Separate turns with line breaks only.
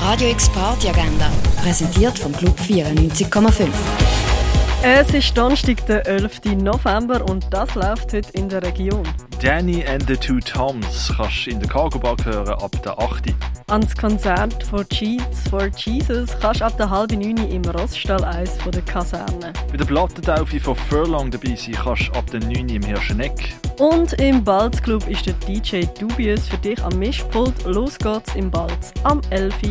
Radio X Party Agenda, präsentiert vom Club 94,5.
Es ist Donnerstag, der 11. November und das läuft heute in der Region.
Danny and the Two Toms kannst du in der Cargo Bar hören ab der 8. Uhr.
Ans Konzert von Cheats for Jesus kannst du ab der halben Neun im Rossstall 1 von der Kaserne.
Bei der Plattentaufe von Furlong dabei sein kannst du ab der 9. Uhr im Hirscheneck.
Und im Balz Club ist der DJ Dubious für dich am Mischpult. Los geht's im Balz am 11. Uhr.